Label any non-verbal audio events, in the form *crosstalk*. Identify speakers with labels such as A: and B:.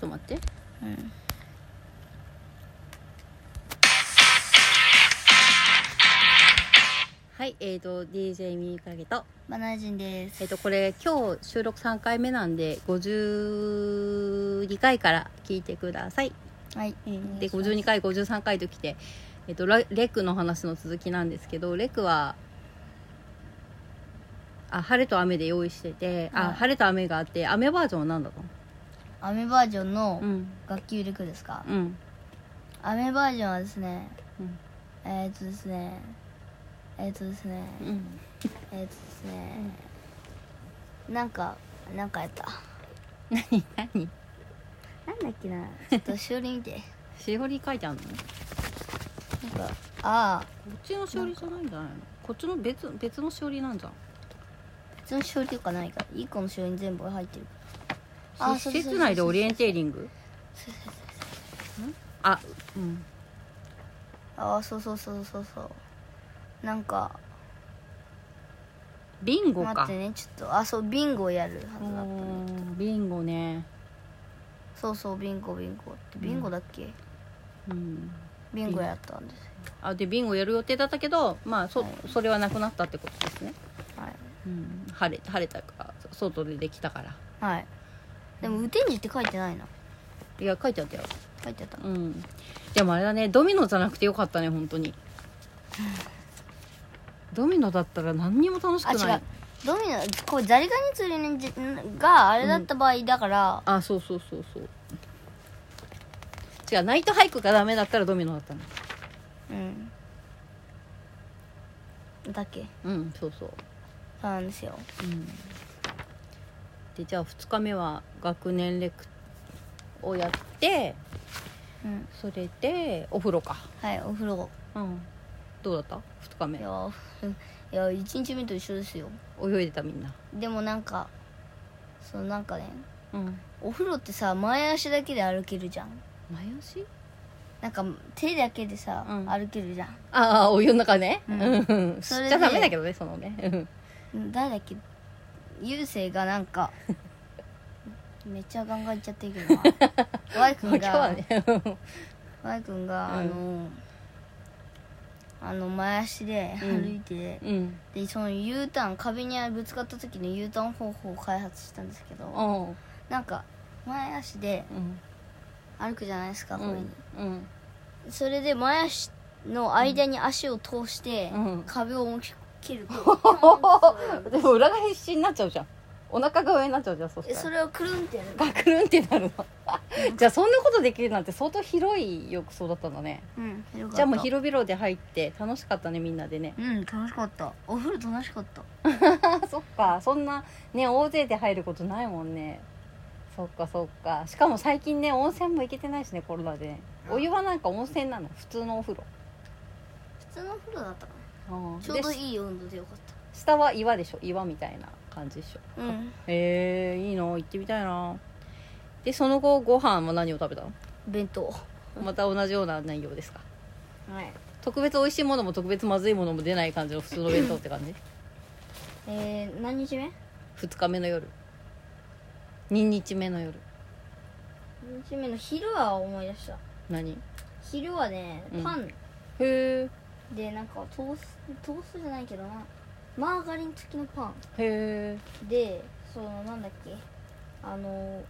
A: と待って
B: うん
A: はいえーと DJ みかげと
B: マナージンです
A: えーとこれ今日収録3回目なんで52回から聞いてください
B: はい
A: えーで52回53回と来て、えっとラレックの話の続きなんですけどレックはあ晴れと雨で用意してて、
B: は
A: あ
B: い
A: 晴れと雨があって雨バージョンは何だと
B: アメバージョンの
A: うん
B: 楽器売りクですか、
A: うん
B: アメバージョンはですね
A: うん
B: えー、っとですねえー、っとですね
A: うん
B: えー、っとですね、なんかなんかやった
A: 何何
B: なんだっけなちょっとしおり見て
A: しおり書いてあるのこ
B: なんかああ
A: っちのしおりじゃないんじゃないのこっちの別別のしおりなんじゃん
B: 別のしおりとかないから一個のしおりに全部入ってるあ
A: し
B: そうそうそうそ
A: 施
B: う
A: 設内でオリエンテーリングんあうん
B: ああそうそうそうそうそうなんか
A: ビンゴ
B: 待っ
A: か
B: てねちょっとあそうビンゴやるはずだっ
A: お
B: たの
A: ービンゴね
B: そうそうビンゴビンゴってビンゴだっけ、
A: うん
B: ビンゴやったんです
A: あでビンゴやる予定だったけど、まあそ
B: はい
A: それはなくなったってことですね、
B: はい、
A: うん、晴れ晴れたからそ外でできたから
B: はい、でも雨天時って書いてないない
A: や書いてあったよ
B: 書いてあった
A: うんでもあれだねドミノじゃなくてよかったね本当にドミノだったら何にも楽しく
B: あ
A: ない
B: 違うドミノこうザリガニ釣りにじがあれだった場合だから、
A: あそうそうそうそう違うナイトハイクがダメだったらドミノだったの
B: うんだっけ
A: うんそうそう、
B: そうなんですよ
A: うん、でじゃあ2日目は学年レクをやって
B: うん
A: それでお風呂か
B: はいお風呂
A: うんどうだった2日
B: いやうんいや1日目と一緒ですよ
A: 目泳いでたみんな
B: でもなんかそうなんかね
A: うん
B: お風呂ってさ前足だけで歩けるじゃん
A: 前足
B: なんか手だけでさ、
A: うん
B: 歩けるじゃん
A: ああお湯の中ねう
B: うんん
A: うん知
B: それ
A: っ
B: で
A: ちゃダメだけどねそのねうん
B: 誰だっけ優勢がな
A: *laughs*
B: んかめっちゃガンガンいっちゃってるけどな Y
A: 今
B: 君
A: 日は
B: が、
A: ね
B: Y 君
A: う
B: が、
A: ん
B: あのあの前足で
A: うん
B: 歩いて、
A: うん
B: でその U ターン壁にぶつかった時の U ターン方法を開発したんですけど
A: おう
B: なんか前足で
A: うん
B: 歩くじゃないですか、
A: う
B: これに
A: んうん
B: それで前足の間に足を通して、
A: うん
B: 壁を思いっきり蹴
A: *laughs*
B: ると、
A: で *laughs* も裏が必死になっちゃうじゃんお腹が上になっちゃうじゃんそし
B: え
A: た
B: そ
A: ら
B: れをくるんってやる
A: ガクルンってなるのじゃあそんなことできるなんて相当広い浴槽だったんだね
B: うん広かった
A: じゃあもう広々で入って楽しかったねみんなでね
B: うん楽しかったお風呂楽しかった
A: あ *laughs* そっかそんなね大勢で入ることないもんねそっかそっかしかも最近ね温泉も行けてないしねコロナでお湯はなんか温泉なの普通のお風呂
B: 普通のお風呂だったかなちょう
A: で
B: ど
A: し
B: いい温度でよかっ
A: 下は岩でしょ岩みたいな感じでしょ
B: たうん
A: へえいいの行ってみたいなでその後ご飯は何を食べたの
B: 弁当
A: また同じような内容ですか
B: はい
A: 特別美味しいものも特別まずいものも出ない感じの普通の弁当って感 *laughs* じ
B: えー、何日目
A: 2日目の夜2日目の夜
B: 何日目の昼は思い出した
A: 何へ
B: 昼はね
A: うん
B: パン、
A: え
B: でなんかトーストーストじゃないけどなマーガリン付きのパ
A: へえ
B: ンでそのなんだっけあの